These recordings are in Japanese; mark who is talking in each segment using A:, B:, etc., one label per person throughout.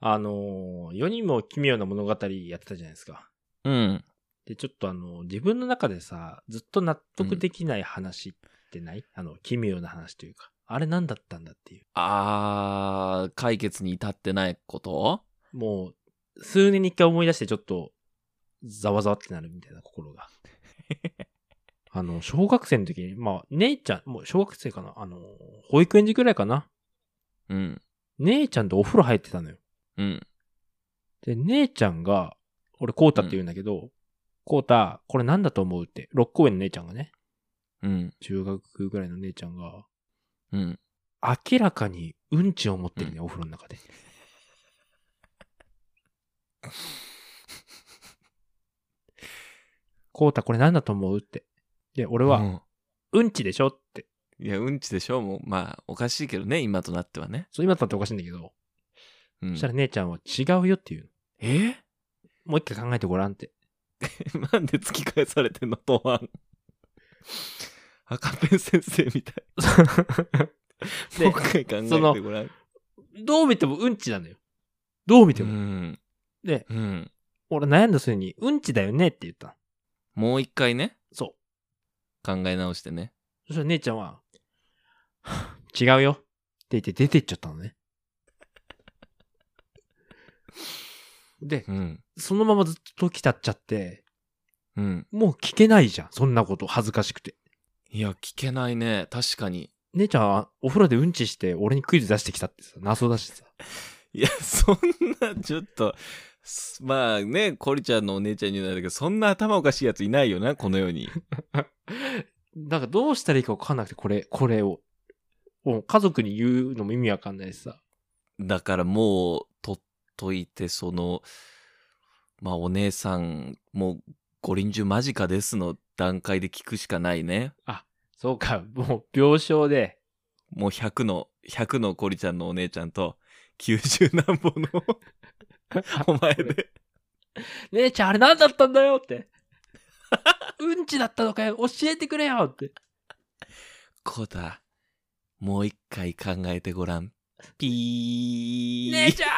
A: あのー、世にも奇妙な物語やってたじゃないですか。
B: うん。
A: で、ちょっとあの、自分の中でさ、ずっと納得できない話ってない、あの、奇妙な話というか、あれ何だったんだっていう。
B: あー、解決に至ってないこと
A: もう、数年に一回思い出してちょっと、ざわざわってなるみたいな心が。あの、小学生の時に、まあ、姉ちゃん、もう小学生かなあの、保育園児くらいかな
B: うん。
A: 姉ちゃんとお風呂入ってたのよ。
B: うん。
A: で、姉ちゃんが、俺、こうたって言うんだけど、こうた、これ何だと思うって、六公園の姉ちゃんがね、
B: うん。
A: 中学ぐらいの姉ちゃんが、
B: うん。
A: 明らかにうんちを持ってるね、お風呂の中で。こうた、これ何だと思うって。で、俺は、
B: うん
A: うんちでしょって。
B: いや、うんちでしょもう、まあ、おかしいけどね、今となってはね。
A: そう、今だっておかしいんだけど、
B: うん
A: そしたら姉ちゃんは違うよっていうの。
B: え
A: もう一回考えてごらんって。
B: なんで突き返されてんの、とわん。赤ペン先生みたい。
A: で
B: もう一回考え
A: その
B: てごらん。
A: どう見てもうんちなのよ。どう見て
B: う
A: も。
B: ん。
A: で、
B: うん。
A: 俺悩んだ末に、うんちだよねって言ったの。
B: もう一回ね、
A: そう。
B: 考え直してね。
A: そしたら姉ちゃんは、はぁ違うよ。って言って出てっちゃったのね。で、
B: うん。
A: そのままずっと来たっちゃって、
B: うん。
A: もう聞けないじゃん。そんなこと恥ずかしくて。
B: いや、聞けないね。確かに。
A: 姉ちゃんはお風呂でうんちして俺にクイズ出してきたってさ、謎だしさ。
B: いや、そんな、ちょっと、すまあね、コリちゃんのお姉ちゃんに言うんだけど、そんな頭おかしいやついないよな、この世に。
A: なんかどうしたらいいかわかんなくて、これ、これを。もう家族に言うのも意味わかんないしさ。
B: だからもう、取っといて、その、まあ、お姉さん、もう、ご臨終間近ですの段階で聞くしかないね。
A: そうか、もう病床で、
B: もう100の、100のコリちゃんのお姉ちゃんと、90何本のお前で。
A: 姉ちゃんあれ何だったんだよって。うんちだったのかよ、教えてくれよって。
B: こうだ、もう一回考えてごらん。ピー。
A: 姉ちゃん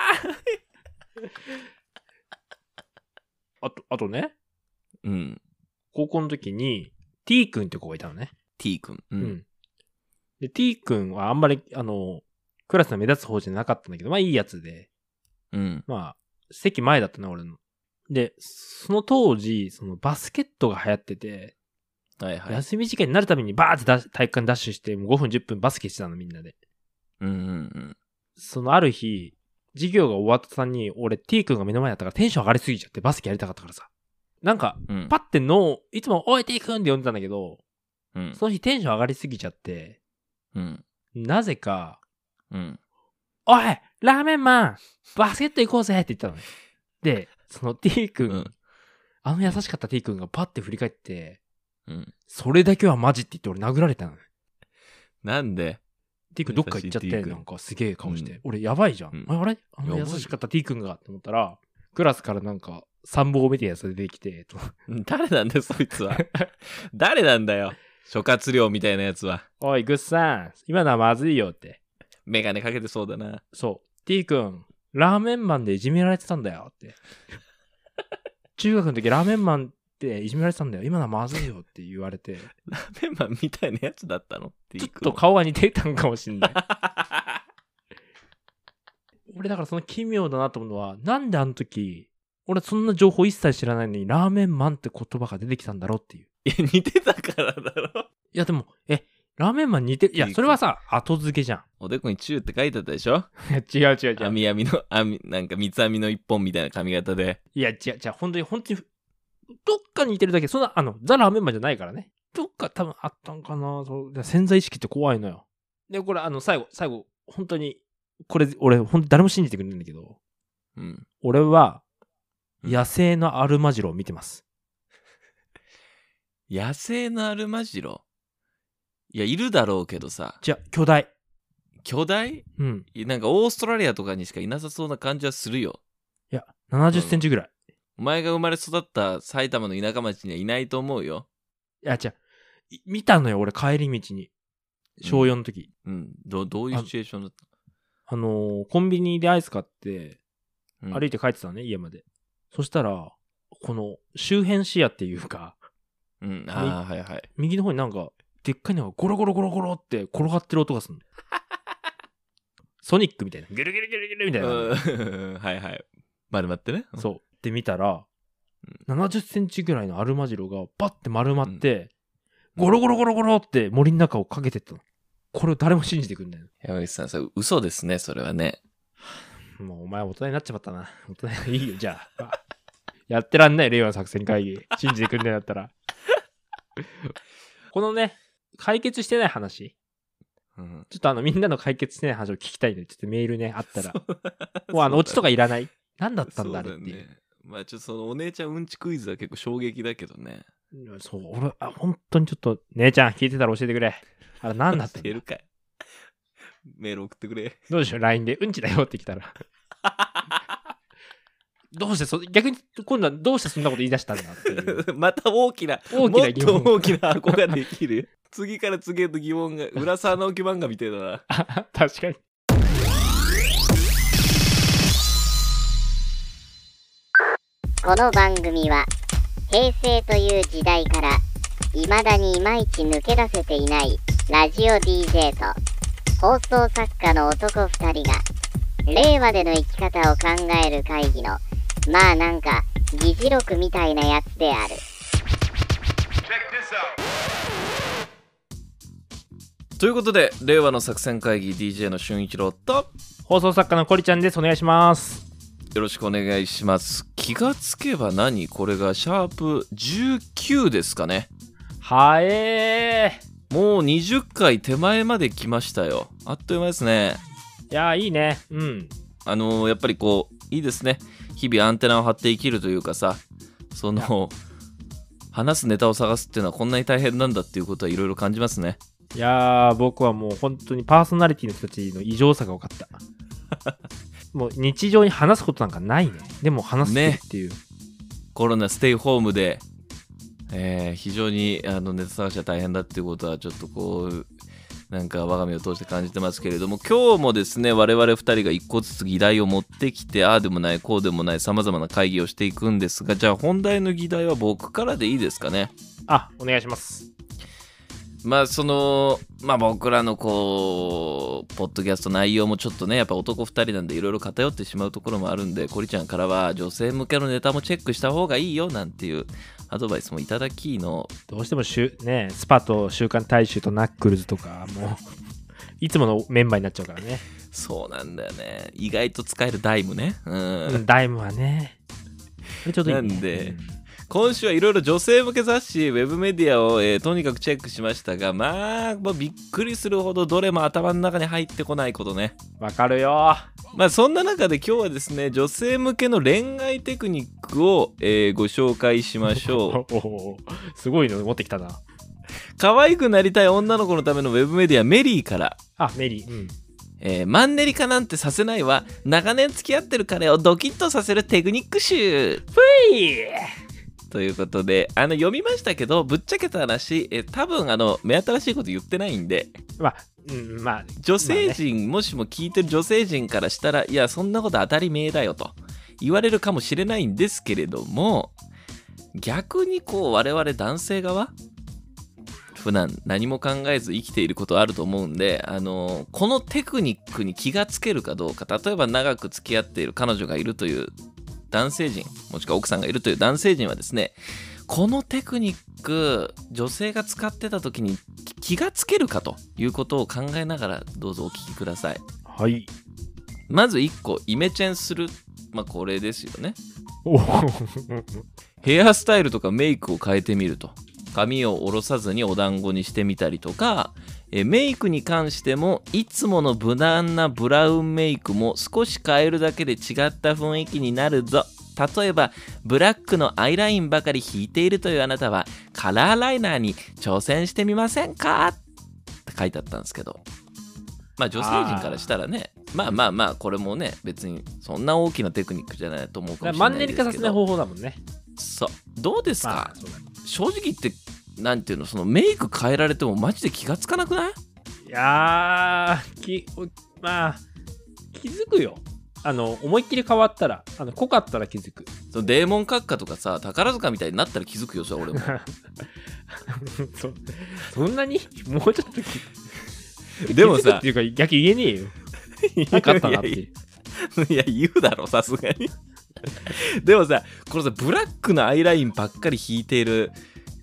A: あと、あとね、
B: うん。
A: 高校の時に T 君って子がいたのね。
B: T 君。う。
A: うんで、T 君はあんまり、あの、クラスの目立つ方じゃなかったんだけど、まあいいやつで、
B: うん。
A: まあ、席前だったな、俺の。で、その当時、そのバスケットが流行ってて、
B: はいはい。
A: 休み時間になるためにバーってダッシュ体育館ダッシュして、もう5分10分バスケしてたの、みんなで。
B: うんうん
A: そのある日、授業が終わったさんに、俺 T 君が目の前だったからテンション上がりすぎちゃって、バスケやりたかったからさ。なんか、
B: うん。うん
A: パッての、いつも、おい T 君って呼んでたんだけど、
B: うん。
A: その日テンション上がりすぎちゃって、
B: うん。
A: なぜか、
B: うん。
A: おいラーメンマンバスケット行こうぜって言ったのね。で、その T 君、
B: うん
A: あの優しかった T 君がパッて振り返って、
B: うん。
A: それだけはマジって言って俺殴られたのね。
B: なんで
A: T 君どっか行っちゃっ
B: 優しい
A: て、
B: T 君
A: なんかすげえ顔して、
B: うん
A: 俺やばいじゃん。
B: うん
A: あれあの優しかった T 君がって思ったら、クラスからなんか参謀みたいなやつが出てきて、 と
B: 誰なんだよ、そいつは。 誰なんだよ。諸葛亮みたいなやつは。
A: おい、グッさん、今のはまずいよって。
B: メガネかけてそうだな。
A: そう、T 君、ラーメンマンでいじめられてたんだよ って。中学の時ラーメンマンっていじめられてたんだよ。今のはまずいよって言われて、
B: ラーメンマンみたいなやつだったのって
A: ちょ
B: い
A: っ
B: く
A: と顔が似てたんかもしん ない。俺だからその奇妙だなと思うのは、なんであの時、俺そんな情報一切知らないのに、ラーメンマンって言葉が出てきたんだろうっていう。
B: いや、似てたからだろ。
A: いやでも、え、ラーメンマン似てる。いや、それはさ、後付けじゃん。
B: おでこにチューって書いてあったでしょ
A: い や違う違う違う。
B: 網やみの、網、なんか三つ編みの一本みたいな髪型で。
A: いや違う違う、本当に本当に、どっかに似てるだけ、そんな、あの、ザ・ラーメンマンじゃないからね。どっか多分あったんかな。そういや潜在意識って怖いのよ。で、これあの、最後、最後、本当に、これ、俺、本当に誰も信じてくれないんだけど、
B: うん。
A: 俺は、
B: うん
A: 野生のアルマジロを見てます。
B: 野生のアルマジロ。いや、いるだろうけどさ。
A: じゃ、巨大。
B: 巨大
A: うん。
B: いやなんかオーストラリアとかにしかいなさそうな感じはするよ。
A: いや、70センチぐらい。
B: お前が生まれ育った埼玉の田舎町にはいないと思うよ。
A: いや、違う。い見たのよ、俺、帰り道に。小4の時。
B: うん。どどういうシチュエーションだった
A: あのーコンビニでアイス買って、
B: うん
A: 歩いて帰ってたのね、家まで。そしたら、この周辺視野っていうか、
B: うん、ああ、はいはい。
A: 右の方になんか、でっかいのがゴロゴロゴロゴロって転がってる音がす るの。ソニックみたいな。ギュルギュルギュルギュルみたいな。
B: うん はいはい。丸まってね。
A: そう。で見たら、70センチぐらいのアルマジロがバッて丸まって、
B: うん
A: ゴロゴロゴロゴロって森の中をかけてったの。これを誰も信じてくんない
B: 山口さん、それ嘘ですね、それはね。
A: の。もうお前大人になっちまったな。大人いいよ、じゃあ。 やってらんない、令和の作戦会議。信じてくんないんだったら。このね、解決してない話。
B: うん。
A: ちょっとあの、みんなの解決してない話を聞きたいので、ちょっとメールね、あったら。
B: そ う
A: もうあの、オチと
B: か
A: かいらない。何だったんだ、あれっ
B: そう
A: ていう。
B: ね。まあちょっとそのお姉ちゃんうんちクイズは結構衝撃だけどね。
A: いやそう、俺、あ、本当にちょっと、姉ちゃん、聞いてたら教えてくれ。あれ、なんだったん
B: 教え
A: だ
B: るかい。 メール送ってくれ。
A: どうでしょう ?LINE で、うんちだよって来たら。 どうしてそ、逆に、今度はどうしてそんなこと言い出したんだって いう。
B: また大きな、
A: 大きな疑問
B: もっと大きな箱ができる。 次から次へと疑問が、浦沢直樹漫画みたいだな。
A: あ 確かに。
C: この番組は平成という時代から未だにいまいち抜け出せていないラジオ DJ と放送作家の男2人が令和での生き方を考える会議のまあなんか議事録みたいなやつである。
B: ということで、令和の作戦会議 DJ の俊一郎と、
A: 放送作家のコリちゃんです。お願いします。
B: よろしくお願いします。気がつけば何これがシャープ19ですかね。
A: はえ
B: もう20回手前まで来ましたよ。あっという間ですね。
A: ー。いやー、いいね。うん。
B: あのーやっぱりこう、いいですね。日々アンテナを張って生きるというかさ、その、話すネタを探すっていうのはこんなに大変なんだっていうことはいろいろ感じますね。
A: いやー、僕はもう本当にパーソナリティの人たちの異常さが分か った。もう日常に話すことなんかないね。でも話すっていう。
B: コロナステイホームで、えー非常にあのネタ探しは大変だっていうことはちょっとこうなんか我が身を通して感じてますけれども今日もですね我々2人が一個ずつ議題を持ってきてああでもないこうでもないさまざまな会議をしていくんですがじゃあ本題の議題は僕からでいいですかね
A: あ、お願いします。
B: まあそのまあ僕らのこうポッドキャスト内容もちょっとねやっぱ男2人なんでいろいろ偏ってしまうところもあるんでコリちゃんからは女性向けのネタもチェックした方がいいよなんていうアドバイスもいただきの
A: どうしてもしゅ、ね、スパと週刊大衆とナックルズとか、もう、いつものメンバーになっちゃうからね。
B: そうなんだよね意外と使えるダイムねうん、
A: うん、ダイムはね。これちょうどいい、ね。
B: なんで今週はいろいろ女性向け雑誌ウェブメディアを、えーとにかくチェックしましたがまあもうびっくりするほどどれも頭の中に入ってこないことね
A: うんわ、かるよ。
B: まあそんな中で今日はですね女性向けの恋愛テクニックを、えーご紹介しま しょう
A: おおすごいの持ってきたな。
B: 可愛くなりたい女の子のためのウェブメディアメリーから
A: あ、メリー。うん。
B: えーマンネリ化なんてさせないは長年付き合ってる彼をドキッとさせるテクニック集ということであの読みましたけどぶっちゃけた話、えー多分あの目新しいこと言ってないんで
A: まあ、うん、まあ、
B: 女性陣、もしも聞いてる女性陣からしたらいやそんなこと当たり前だよと言われるかもしれないんですけれども逆にこう我々男性側普段何も考えず生きていることあると思うんで、あのこのテクニックに気がつけるかどうか例えば長く付き合っている彼女がいるという男性陣もしくは奥さんがいるという男性陣はですねこのテクニック女性が使ってた時に気がつけるかということを考えながらどうぞお聞きください
A: はい。
B: まず1個イメチェンするまあこれですよね
A: おお
B: ヘアスタイルとかメイクを変えてみると髪を下ろさずにお団子にしてみたりとかえメイクに関してもいつもの無難なブラウンメイクも少し変えるだけで違った雰囲気になるぞ例えばブラックのアイラインばかり引いているというあなたはカラーライナーに挑戦してみませんかって書いてあったんですけどまあ女性陣からしたらねまあまあまあこれもね別にそんな大きなテクニックじゃないと思うかもしれ
A: マ
B: ない
A: ン
B: です
A: ネ
B: けど
A: リ化させない方法だもんね。
B: そうどうですか、
A: まあ、そうだね
B: 正直言ってなんていうのそのメイク変えられてもマジで気がつかなくない
A: いやー、き、おまあ、気づくよ。あの、思いっきり変わったら、あの、濃かったら気づく。
B: そのデーモン閣下とかさ宝塚みたいになったら気づくよそれは俺 も
A: そそんなにもうちょっと気
B: でも
A: 気づく
B: さ
A: っていうか、逆に言えねえよ。なかったなって
B: いやいや
A: い
B: い
A: う。
B: いや言うだろさすがに でもさこのさブラックのアイラインばっかり引いている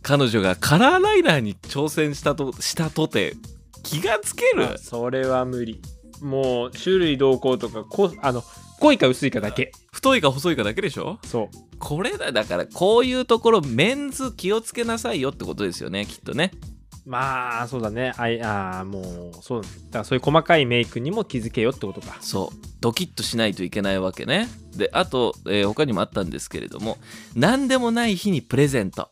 B: 彼女がカラーライナーに挑戦したとしたとて気がつける
A: あそれは無理。もう、種類同行とか、こあの、濃いか薄いかだけ。
B: 太いか細いかだけでしょ
A: そう。
B: これだだからこういうところメンズ気をつけなさいよってことですよねきっとね
A: まあ、そうだね。あい、あーもう、そうだ。だからそういう細かいメイクにも気づけよってことか。
B: そうドキッとしないといけないわけねであと、えー他にもあったんですけれども何でもない日にプレゼント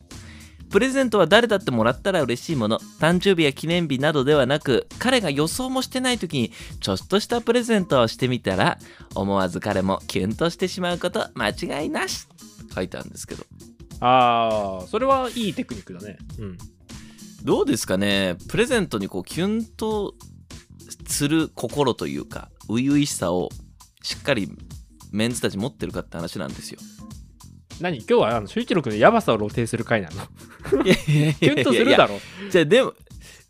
B: プレゼントは誰だってもらったら嬉しいもの誕生日や記念日などではなく彼が予想もしてない時にちょっとしたプレゼントをしてみたら思わず彼もキュンとしてしまうこと間違いなし書いてあるんですけど
A: ああ、それはいいテクニックだね。うん。
B: どうですかねプレゼントにこうキュンとする心というか初々しさをしっかりメンズたち持ってるかって話なんですよ。
A: 何今日は、あの、修一郎君のやばさを露呈する回なの。
B: いやいや い
A: キ
B: やいや
A: ュンとするだろ。
B: じゃあでも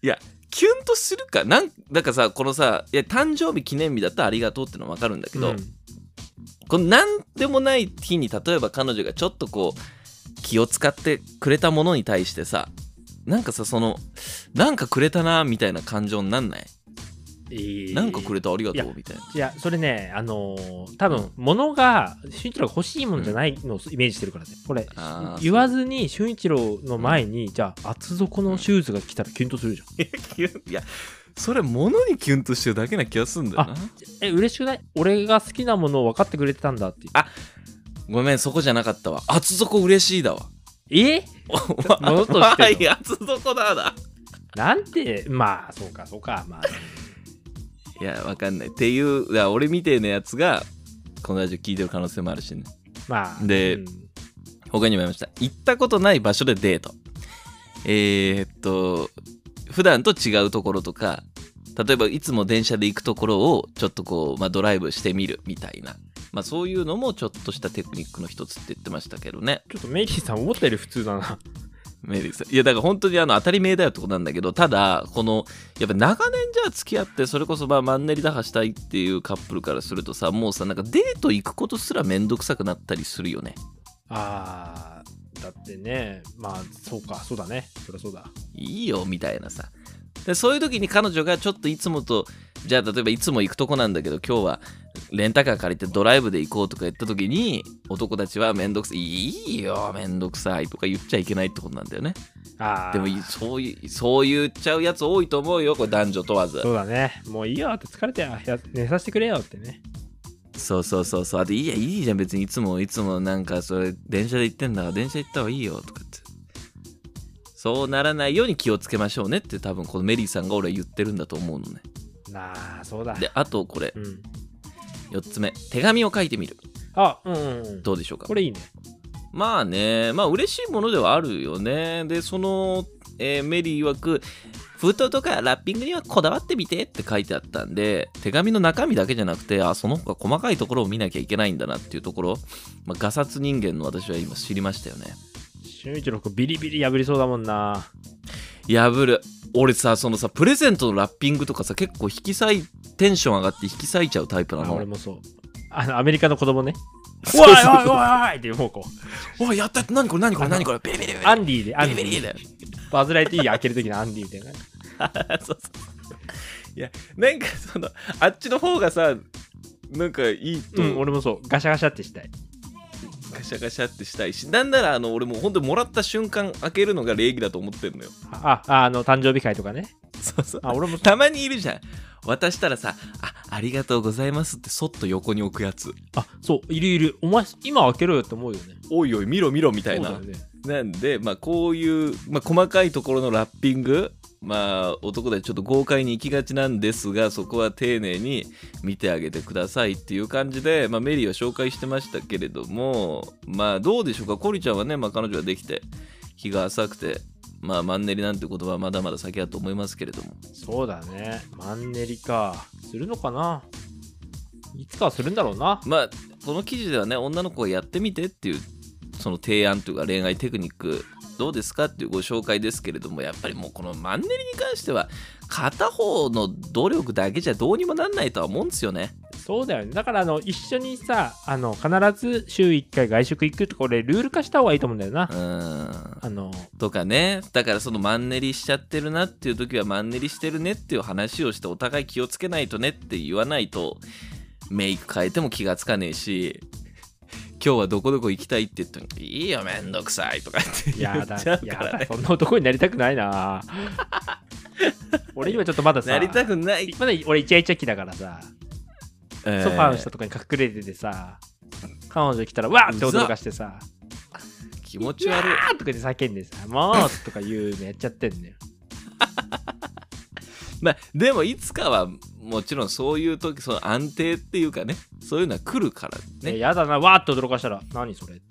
B: いやキュンとするかなんだからさこのさいや誕生日記念日だったらありがとうってのは分かるんだけど、
A: うん
B: この何でもない日に例えば彼女がちょっとこう気を使ってくれたものに対してさなんかさそのなんかくれたなみたいな感情になんない、
A: いい
B: なんかくれたありが
A: いや
B: とうみたいない
A: や、それね、あのー多分、物が、俊一郎が欲しいものじゃないのをイメージしてるからね。これ
B: あ、ー
A: 言わずに、俊一郎の前に、じゃあ、厚底のシューズが来たらキュンとするじゃん。
B: キュンいやそれ物にキュンとしてるだけな気がするんだよな
A: え、嬉しくない俺が好きなものを分かってくれてたんだっていう。
B: あごめんそこじゃなかったわ厚底嬉しい だわ
A: え物としての
B: はい 厚底だだ
A: なんて、まあ、そうか、そうか、まあ。
B: いやわかんないっていうだから俺みてえなやつがこのラジオ聞いてる可能性もあるしね
A: ま あ。
B: で
A: うん
B: 他にもありました行ったことない場所でデートえー、っと普段と違うところとか例えばいつも電車で行くところをちょっとこう、まあ、ドライブしてみるみたいな、まあ、そういうのもちょっとしたテクニックの一つって言ってましたけどね
A: ちょっとメリーさん思ったより普通だな。
B: メリーさんいやだから本当にあの当たり前だよってことなんだけどただこのやっぱ長年じゃあ付き合ってそれこそまあマンネリ打破したいっていうカップルからするとさもうさなんかデート行くことすらめんどくさくなったりするよね
A: あー、だってね、まあ、そうか、そうだね。そりゃそうだ。
B: いいよみたいなさでそういう時に彼女がちょっといつもとじゃあ例えばいつも行くとこなんだけど今日はレンタカー借りてドライブで行こうとか言った時に男たちはめんどくさいいいよめんどくさいとか言っちゃいけないってことなんだよね
A: あー。
B: でもいそういうそう言っちゃうやつ多いと思うよこれ男女問わず
A: そうだね。もういいよって疲れてやや寝させてくれよってね。
B: そうそうそうそうあといいやいいじゃん別にいつもいつもなんかそれ電車で行ってんだから電車行った方がいいよとかってそうならないように気をつけましょうねって多分このメリーさんが俺は言ってるんだと思うのね
A: なあ、そうだ。
B: であとこれ
A: うん。
B: 4つ目手紙を書いてみる
A: あ、うんうんうん。
B: どうでしょうか
A: これいいね。
B: まあねまあ嬉しいものではあるよねでその、えーメリー曰く封筒とかラッピングにはこだわってみてって書いてあったんで手紙の中身だけじゃなくてあその他細かいところを見なきゃいけないんだなっていうところ、まあ、ガサツ人間の私は今知りましたよね
A: 俊一郎君ビリビリ破りそうだもんな。
B: 破る俺さそのさプレゼントのラッピングとかさ結構引き裂いテンション上がって引き裂いちゃうタイプな
A: あ
B: の
A: 俺もそう。あの、アメリカの子供 ね。お
B: そ
A: いうおい
B: そう
A: おいおいってもうこう。
B: おいやった何これ何これ何これビリビリビリ
A: アンディで、アンデ
B: ビリビリ
A: ィ
B: だよ
A: バズライトイヤー開けるときのアンディみたいな。
B: そうそういやなんかそのあっちの方がさなんかいいと、
A: うん、俺もそう。ガシャガシャってしたい。
B: ガシャガシャってしたいしなんならあの俺もう本当にもらった瞬間開けるのが礼儀だと思ってんのよ
A: あ、ああの、誕生日会とかね。
B: そうそう
A: あ、俺もそう。
B: たまにいるじゃん渡したらさあ「ありがとうございます」ってそっと横に置くやつ
A: あ、そう。いるいる。お前、今開けろよって思うよね。
B: 「おいおい見ろ見ろ」みたい
A: そ
B: な、
A: うだよね。
B: なんでまあこういう、まあ、細かいところのラッピングまあ男でちょっと豪快に行きがちなんですがそこは丁寧に見てあげてくださいっていう感じで、まあ、メリーは紹介してましたけれどもまあどうでしょうかコリちゃんはね、まあ、彼女ができて日が浅くてまあマンネリなんて言葉はまだまだ先だと思いますけれども
A: そうだね。マンネリか。するのかないつかはするんだろうな。
B: まあこの記事ではね女の子がやってみてっていうその提案というか恋愛テクニックどうですかっていうご紹介ですけれどもやっぱりもうこのマンネリに関しては片方の努力だけじゃどうにもなんないとは思うんですよね
A: そうだよね。だから、あの、一緒にさ、あの、必ず週1回外食行くって、これ、ルール化した方がいいと思うんだよな
B: う。ーん
A: あ の、
B: とかねだからそのマンネリしちゃってるなっていう時はマンネリしてるねっていう話をしてお互い気をつけないとねって言わないとメイク変えても気がつかねえし今日はどこどこ行きたいって言ってもいいよめんどくさいとかって言
A: や
B: っ
A: だ、
B: ちゃうか
A: や
B: ら
A: だ、
B: ね
A: そんな男になりたくない な。俺にはちょっとまださ、
B: なりたくない、
A: まだ俺イチャイチャ期だからさ、
B: えー
A: ソファーの下とかに隠れててさ、彼女来たら、わーって
B: うざ
A: 驚かしてさ、
B: 気持ち悪い
A: あーとかで叫んでさ、もうとか言うのやっちゃってんのよ。
B: まあでもいつかはもちろんそういう時その安定っていうかねそういうのは来るから ね
A: ね、やだな、わーって驚かしたら、何それ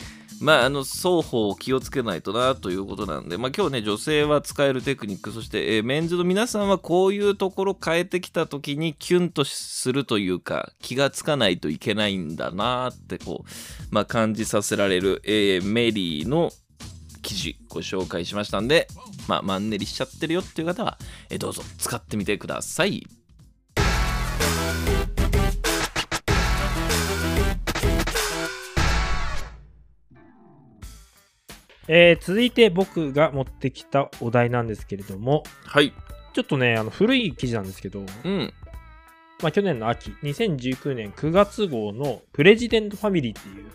B: まあ、あの双方気をつけないとなということなんで、まあ、今日ね女性は使えるテクニックそして、えーメンズの皆さんはこういうところ変えてきた時にキュンとするというか気がつかないといけないんだなってこう、まあ、感じさせられる、えーメリーの記事ご紹介しましたんで、まあ、マンネリしちゃってるよっていう方は、えーどうぞ使ってみてください。
A: えー続いて僕が持ってきたお題なんですけれども、
B: はい、
A: ちょっとね、あの古い記事なんですけど、
B: うん、
A: まあ、去年の秋、2019年9月号のプレジデントファミリーっていう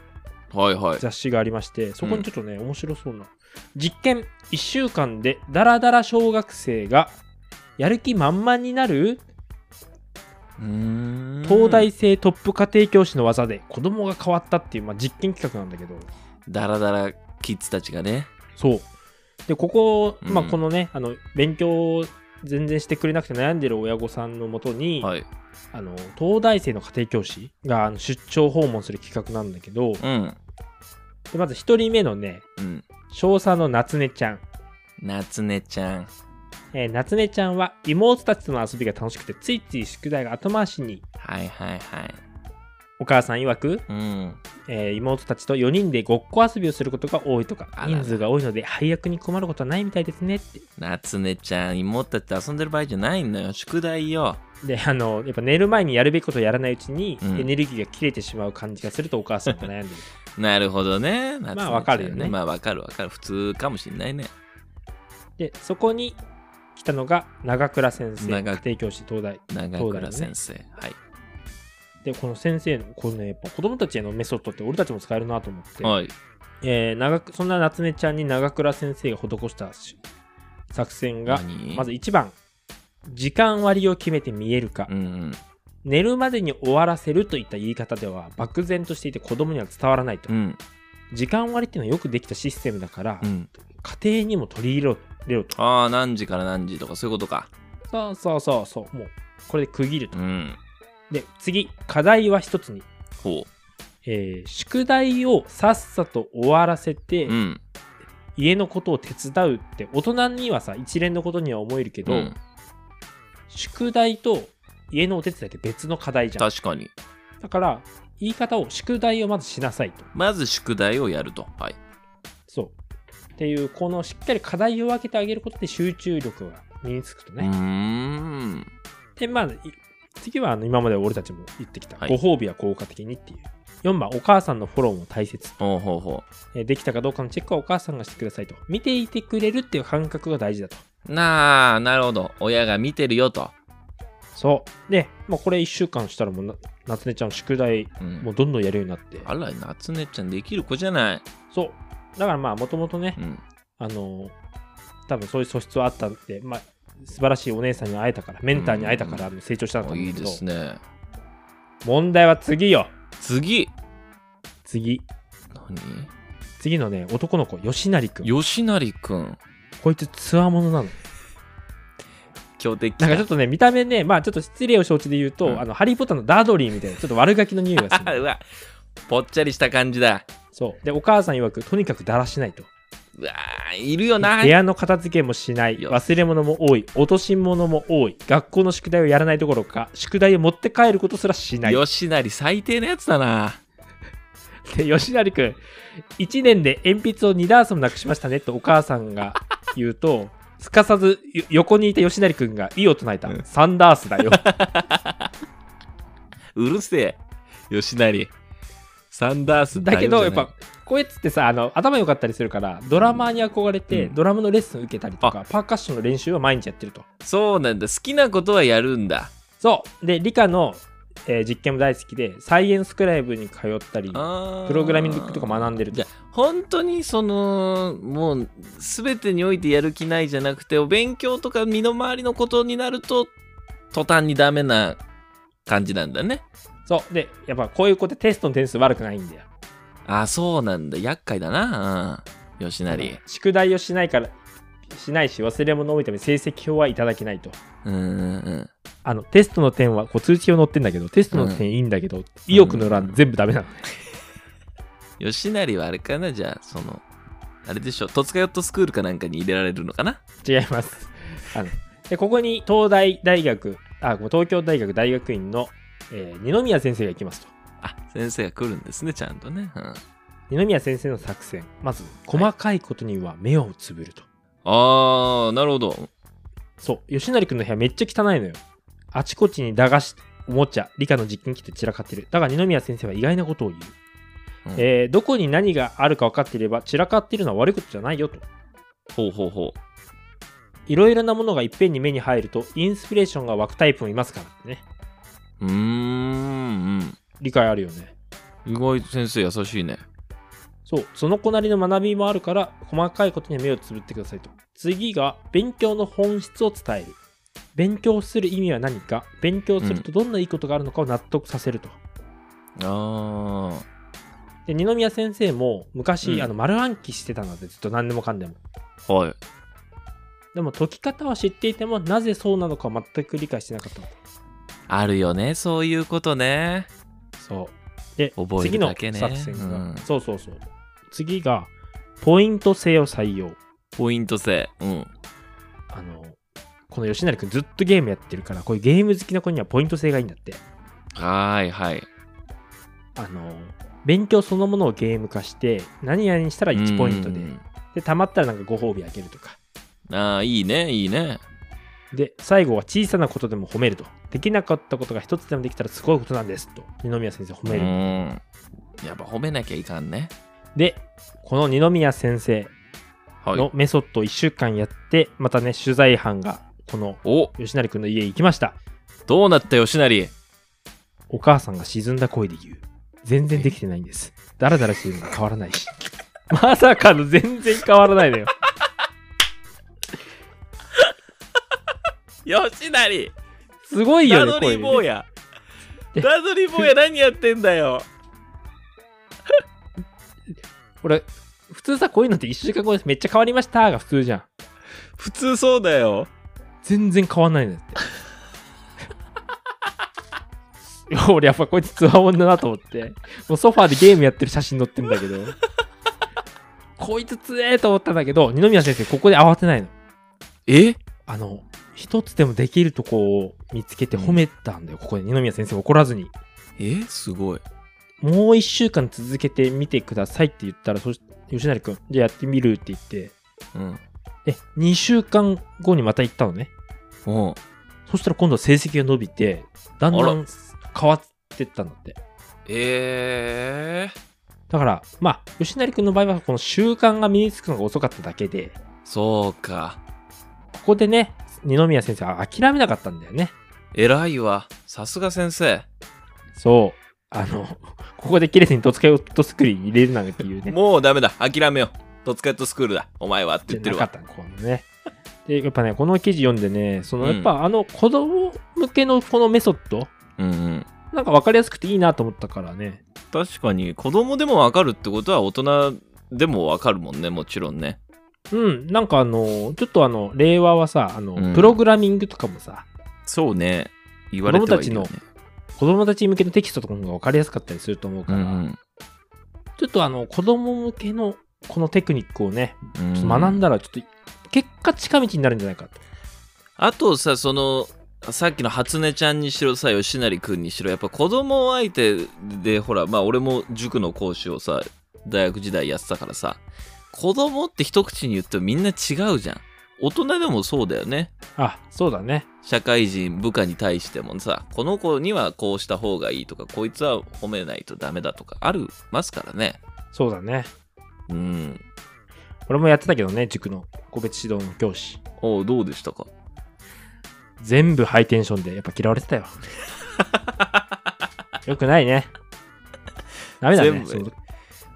B: はいはい。
A: 雑誌がありまして、そこにちょっとね、面白そうな。実験、1週間でダラダラ小学生がやる気満々になる東
B: 東
A: 大生トップ家庭教師の技で子供が変わったっていう、まあ、実験企画なんだけど、
B: ダラダラキッズたちがね。
A: そう。で、ここ、まあ、
B: うん
A: このね、あの、勉強を全然してくれなくて悩んでる親御さんのもとに、
B: はい。
A: あの東大生の家庭教師があの出張訪問する企画なんだけど、
B: うん。
A: でまず1人目のね
B: うん。
A: 小3の夏音ちゃん、
B: 夏音ちゃん。
A: えー夏音ちゃんは妹たちとの遊びが楽しくてついつい宿題が後回しに
B: はいはいはい。
A: お母さん曰く、
B: うん。
A: えー妹たちと4人でごっこ遊びをすることが多いとか
B: あらら
A: 人数が多いので配役に困ることはないみたいですねって
B: 夏音ちゃん、妹たちと遊んでる場合じゃないのよ。宿題よ。
A: であのやっぱ寝る前にやるべきことをやらないうちに、
B: うん
A: エネルギーが切れてしまう感じがするとお母さんが悩んでる
B: なるほどね。夏音ちゃ
A: ま
B: ん
A: あわかるよね
B: まあわかるわかる。普通かもしんないね。
A: でそこに来たのが長倉先生
B: 長
A: 家庭教師東大
B: 長倉先生。
A: でこの先生のこのねやっぱ子供たちへのメソッドって俺たちも使えるなと思って、
B: はい。はい。
A: えー長くそんな夏目ちゃんに長倉先生が施したし作戦が
B: 何
A: まず、1番時間割を決めて見える化、
B: うんうん。
A: 寝るまでに終わらせるといった言い方では漠然としていて子供には伝わらないと、
B: うん。
A: 時間割っていうのはよくできたシステムだから、
B: うん。
A: 家庭にも取り入れろれろと
B: ああ、何時から何時とかそういうことか。
A: そうそうそうそうもうこれで区切ると、
B: うん。
A: で次課題は1つに、
B: ほ
A: えー宿題をさっさと終わらせて、
B: う。うん。
A: 家のことを手伝うって大人にはさ一連のことには思えるけど、
B: うん
A: 宿題と家のお手伝いって別の課題じゃん
B: 確かに。
A: だから言い方を宿題をまずしなさいと
B: まず宿題をやると。はい。
A: そうっていうこのしっかり課題を分けてあげることで集中力が身につくと
B: う
A: ね、
B: ーん。
A: でまあい次はあの今まで俺たちも言ってきた、
B: はい
A: ご褒美は効果的にっていう4番お母さんのフォローも大切
B: ほうほうほ
A: えーできたかどうかのチェックはお母さんがしてくださいと見ていてくれるっていう感覚が大事だと
B: う。なあ、なるほど。親が見てるよと。
A: そうで、まあ、これ1週間したらもうな夏音ちゃん宿題
B: うん
A: もうどんどんやるようになって、
B: あら、夏音ちゃんできる子じゃない。
A: そうだからまあもともとね、
B: うん。
A: あのー多分そういう素質はあったんで、まあ、素晴らしいお姉さんに会えたからメンターに会えたからあの成長したんだと
B: あ
A: 思うん
B: い
A: だ
B: い
A: け
B: で
A: ど、
B: すね。
A: 問題は次よ
B: 次。
A: 次
B: 何
A: 次のね男の子吉成くん
B: 吉成くん。
A: こいつつわものなの
B: 強敵
A: なんかちょっとね見た目ねまあちょっと失礼を承知で言うと、
B: うん
A: あのハリー・ポッターのダードリーみたいなちょっと悪ガキの匂い がす
B: あ
A: る
B: うわ、ぽっちゃりした感じだ。
A: そうでお母さん曰くとにかくだらしないと
B: うわーいるよな
A: 部屋の片付けもしない
B: よ
A: 忘れ物も多い落とし物も多い学校の宿題をやらないどころか宿題を持って帰ることすらしない
B: 吉成最低なやつだな
A: で吉成君1年で鉛筆を2ダースもなくしましたねとお母さんが言うとすかさずよ横にいた吉成君が異を唱えた、
B: うん
A: 3ダースだ よ
B: うるせえ吉成サンダース
A: だけどやっぱ
B: だ
A: こいつってさあの頭良かったりするからドラマーに憧れて、
B: うん
A: ドラムのレッスン受けたりとかパーカッションの練習は毎日やってると
B: そうなんだ好きなことはやるんだ
A: そうで理科の、えー実験も大好きでサイエンスクラブに通ったり
B: あー
A: プログラミングとか学んでる
B: じゃあ本当にそのもう全てにおいてやる気ないじゃなくてお勉強とか身の回りのことになると途端にダメな感じなんだね
A: そうでやっぱこういう子ってテストの点数悪くないんだよ
B: あそうなんだ厄介だな、うん、吉成
A: 宿題をしないからしないし忘れ物を置いため成績表はいただけないと
B: うんうんうん
A: あのテストの点はこう通知表載ってんだけどテストの点いいんだけど、意欲の欄全部ダメなのね、
B: 吉成はあれかなじゃあそのあれでしょ戸塚ヨットスクールかなんかに入れられるのかな
A: 違いますあのでここに東大大学あごめん東京大学大学院の、えー二宮先生が行きますと
B: あ先生が来るんですねちゃんとね、うん、
A: 二宮先生の作戦まず細かいことには目をつぶると、
B: ああなるほど
A: そう吉成君の部屋めっちゃ汚いのよあちこちに駄菓子おもちゃ理科の実験機って散らかってるだが二宮先生は意外なことを言う、
B: うん
A: えーどこに何があるか分かっていれば散らかっているのは悪いことじゃないよと
B: ほうほうほう
A: いろいろなものがいっぺんに目に入るとインスピレーションが湧くタイプもいますからね
B: うーんうん
A: 理解あるよね
B: 意外と先生優しいね
A: そうその子なりの学びもあるから細かいことに目をつぶってくださいと次が勉強の本質を伝える勉強する意味は何か勉強するとどんないいことがあるのかを納得させると、
B: ああ
A: で二宮先生も昔、
B: うん
A: あの丸暗記してたのでずっと何でもかんでも
B: はい。
A: でも解き方は知っていてもなぜそうなのかは全く理解してなかったの
B: あるよね、そういうことね。
A: そうで
B: 覚え
A: 次
B: る
A: の
B: だけね
A: 作戦が、
B: うん
A: そうそうそう次がポイント制を採用
B: ポイント制。うん。
A: あのこの吉成君ずっとゲームやってるからこういうゲーム好きな子にはポイント制がいいんだって
B: はーいはい。
A: あの勉強そのものをゲーム化して何々したら1ポイントで
B: うん
A: でたまったらなんかご褒美あげるとか
B: ああ、いいね、いいね。
A: で最後は小さなことでも褒めるとできなかったことが一つでもできたらすごいことなんですと二宮先生褒
B: う
A: める、
B: ん。やっぱ褒めなきゃいかんね。
A: でこの二宮先生
B: はい。
A: のメソッドを1週間やってまたね取材班がこの
B: お
A: 吉成君の家へ行きました
B: どうなった吉成
A: お母さんが沈んだ声で言う全然できてないんですダラダラしてるのが変わらないし まさかの全然変わらないのよ
B: 吉成
A: すごいよ
B: ダ
A: ね
B: ド
A: これ
B: リー坊や。
A: で
B: ダドリー坊や何やってんだよ。
A: 俺普通さこういうのって1週間後ですめっちゃ変わりましたが普通じゃん
B: 普通そうだよ。
A: 全然変わんないんだって。いや 俺やっぱこいつつわもんだなと思ってもうソファーでゲームやってる写真載ってんだけどこいつつえーと思ったんだけど二宮先生ここで慌てないの
B: え
A: あの一つでもできるとこを見つけて褒めたんだよここで二宮先生怒らずに
B: えすごい。
A: もう1週間続けてみてくださいって言ったらそし吉成君じゃあやってみるって言って
B: うん。
A: え2週間後にまた行ったのね
B: おう
A: そしたら今度は成績が伸びて、だんだ
B: あ
A: ん変わってったんだって。
B: えー。
A: だから、まあ、吉成君の場合は、この習慣が身につくのが遅かっただけで、
B: そうか。
A: ここでね、二宮先生は諦めなかったんだよね。
B: 偉いわ。さすが先生。
A: そう。あの、 ここで切れずに戸塚ヨットスクリーンに入れるなんていうね。
B: もうダメだ。諦めよう。トツカットスクールだ。お前はって
A: じ
B: 言
A: ゃ
B: って
A: な
B: る
A: かっ。た
B: わ
A: の、このね。で、やっぱね、この記事読んでね、その、やっぱ、あの、子供向けのこのメソッド、
B: うんうん。
A: なんか分かりやすくていいなと思ったからね。
B: 確かに、子供でもわかるってことは大人でもわかるもんね、もちろんね。
A: うん、なんかあの、ちょっとあの、令和はさ、あの、
B: うん
A: プログラミングとかもさ、
B: そうね。言われてはいるよね。
A: 子子供たち向けのテキストとかの方が分かりやすかったりすると思うか
B: う
A: ら、
B: んうん。
A: ちょっとあの子供向けのこのテクニックをね、
B: うん
A: ちょっと学んだら、ちょっと、結果近道になるんじゃないかと。
B: あとさそのさっきの初音ちゃんにしろさ吉成君にしろやっぱ子供相手でほらまあ俺も塾の講師をさ大学時代やってたからさ子供って一口に言ってもみんな違うじゃん大人でもそうだよね
A: あ、そうだね。
B: 社会人部下に対してもさこの子にはこうした方がいいとかこいつは褒めないとダメだとかありますからね
A: そうだね。
B: うん
A: 俺もやってたけどね、塾の個別指導の教師。
B: おうどうでしたか
A: 全部ハイテンションで、やっぱ嫌われてた よ。よくないね。ダメだ
B: 全
A: ね。
B: 部
A: そう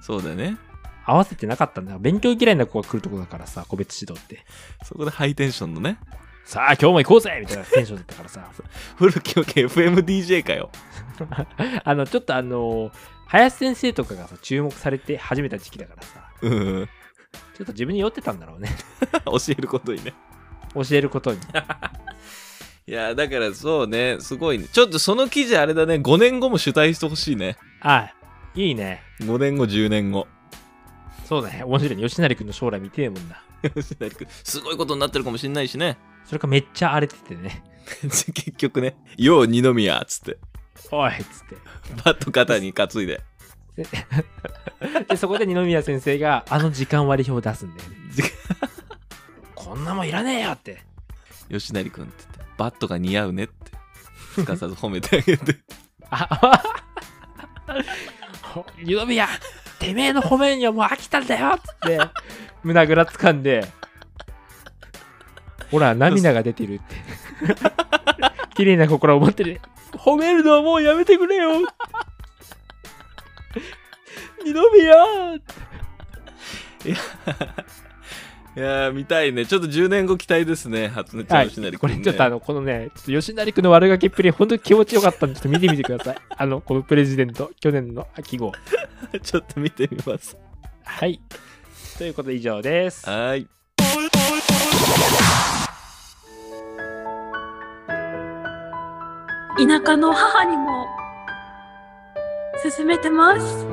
B: そうだね
A: 合わせてなかったんだよ。勉強嫌いな子が来るとこだからさ、個別指導って。
B: そこでハイテンションのね
A: さあ、今日も行こうぜみたいなテンションだったからさ。
B: 古き良き FMDJ かよ
A: あの、ちょっとあのー林先生とかがさ、注目されて始めた時期だからさ、
B: うん
A: ちょっと自分に酔ってたんだろうね。
B: 教えることにね
A: 教えることに。
B: いやだからそうねすごいねちょっとその記事あれだね5年後も主体してほしいね
A: あ、いいね。
B: 5年後10年後
A: そうだね。面白いね。吉成君の将来見てえもんな。
B: 吉成君すごいことになってるかもしれないしね
A: それかめっちゃ荒れててね。
B: 結局ね「よう二宮」っつって
A: おいっつっ
B: バット肩に担いで
A: て。で、そこで二宮先生が、あの時間割り表を出すんだよね。こんなもんいらねえよって。
B: 吉成君って言ってバットが似合うねってすかさず褒めてあげ て
A: あ、二宮、てめえの褒めにはもう飽きたんだよっつって、胸ぐらつかんで、ほら、涙が出てるって。綺麗な心を持ってる。褒めるのはもうやめてくれよ二宮
B: いやー見たいねちょっと10年後期待ですね初音ちゃ
A: は
B: ん
A: い、
B: 吉成君、ね
A: これちょっとあの、このね、ちょっと吉成君の悪ガキっぷり、本当に気持ちよかったんで、ちょっと見てみてください。あの、このプレジデント、去年の秋号。
B: ちょっと見てみます
A: はい。ということで以上です。
B: はい
D: 田舎の母にも勧めてます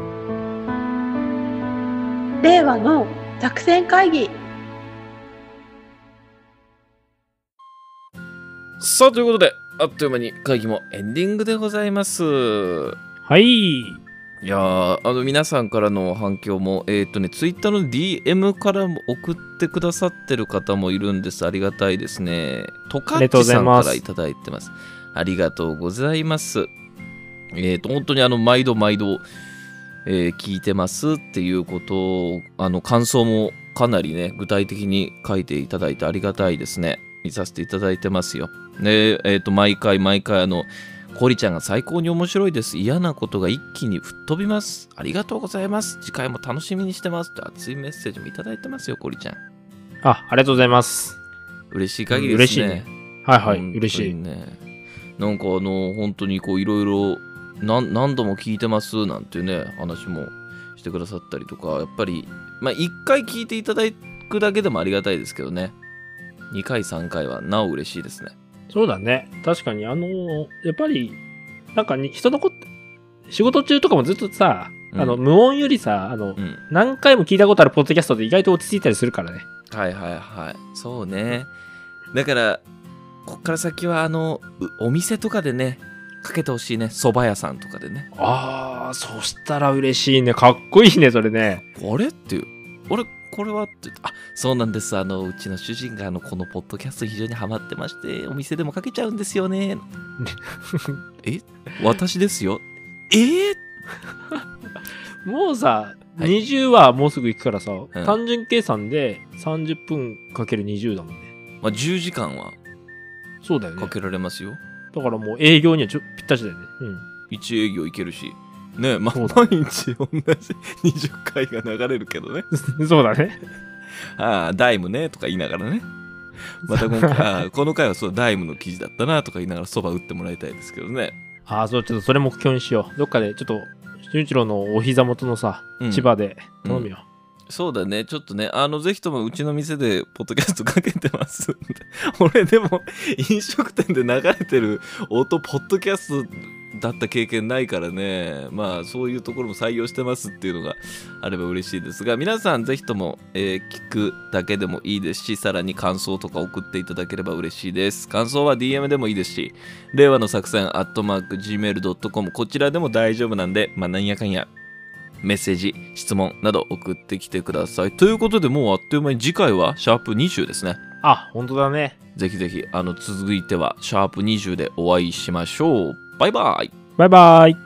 E: 令和の作戦会議
B: さあということであっという間に会議もエンディングでございます
A: はい。
B: いやーあの皆さんからの反響もえっ、とねツイッターの DM からも送ってくださってる方もいるんですありがたいですねトカ
A: あり
B: ッ
A: がとうござ
B: チさ
A: い
B: ん
A: ま
B: か
A: す
B: らいただいてますありがとうございますえっ、と本当にあの毎度毎度、えー聞いてますっていうことをあの感想もかなりね具体的に書いていただいてありがたいですね見させていただいてますよねえっ、と毎回毎回あのコリちゃんが最高に面白いです。嫌なことが一気に吹っ飛びます。ありがとうございます。次回も楽しみにしてます。って熱いメッセージもいただいてますよ、コリちゃん。
A: あ、ありがとうございます。
B: 嬉しい限りですね。
A: うん嬉しいはいはい、
B: 本当に
A: 嬉しい。
B: ね。なんかあの、本当にこう、いろいろ、なん何度も聞いてますなんていうね、話もしてくださったりとか、やっぱり、まあ、一回聞いていただくだけでもありがたいですけどね。2回、3回はなお嬉しいですね。
A: そうだね。確かに、あのーやっぱり、なんかに人のこと、仕事中とかもずっとさ、
B: うん
A: あの、無音よりさ、あの、
B: うん。
A: 何回も聞いたことあるポッドキャストで意外と落ち着いたりするからね。
B: はいはいはいそうねだからこっから先はあのうお店とかでねかけてほしいね蕎麦屋さんとかでね
A: ああ、そしたら嬉しいね。かっこいいね、それね。
B: あれっていうあれこれはってあそうなんですあのうちの主人があのこのポッドキャスト非常にハマってましてお店でもかけちゃうんですよ ねえ私ですよえー、
A: もうさ、
B: はい
A: 20はもうすぐ行くからさ、単純計算で30分かける20だもんね。
B: まあ、10時間は
A: そうだよね。
B: かけられますよ
A: だからもう営業にはちょぴったしだよね。うん。
B: 一営業いけるしねまあ
A: そうだ
B: 毎日同じ20回が流れるけどね
A: そうだね。
B: ああ、ダイムね、とか言いながらね。また今回、ああこの回はそう、ダイムの記事だったな、とか言いながら、そば打ってもらいたいですけどね。
A: ああ、そう、ちょっとそれ目標にしよう。どっかで、ちょっと、俊一郎のお膝元のさ
B: うん、
A: 千葉で頼むよ。
B: そうだね。ちょっとね、あの、ぜひともうちの店で、ポッドキャストかけてます んで。俺、でも、飲食店で流れてる音、ポッドキャストだった経験ないからね。まあ、そういうところも採用してますっていうのがあれば嬉しいですが、皆さん、ぜひとも、えー聞くだけでもいいですし、さらに感想とか送っていただければ嬉しいです。感想は DM でもいいですし、令和の作戦、アットマーク、gmail.com、こちらでも大丈夫なんで、まあ、なんやかんや、メッセージ、質問など送ってきてください。ということで、もうあっという間に次回はシャープ20ですね。
A: あ、本当だね。
B: ぜひぜひ、あの、続いてはシャープ20でお会いしましょう。バイバイ。
A: バイバイ。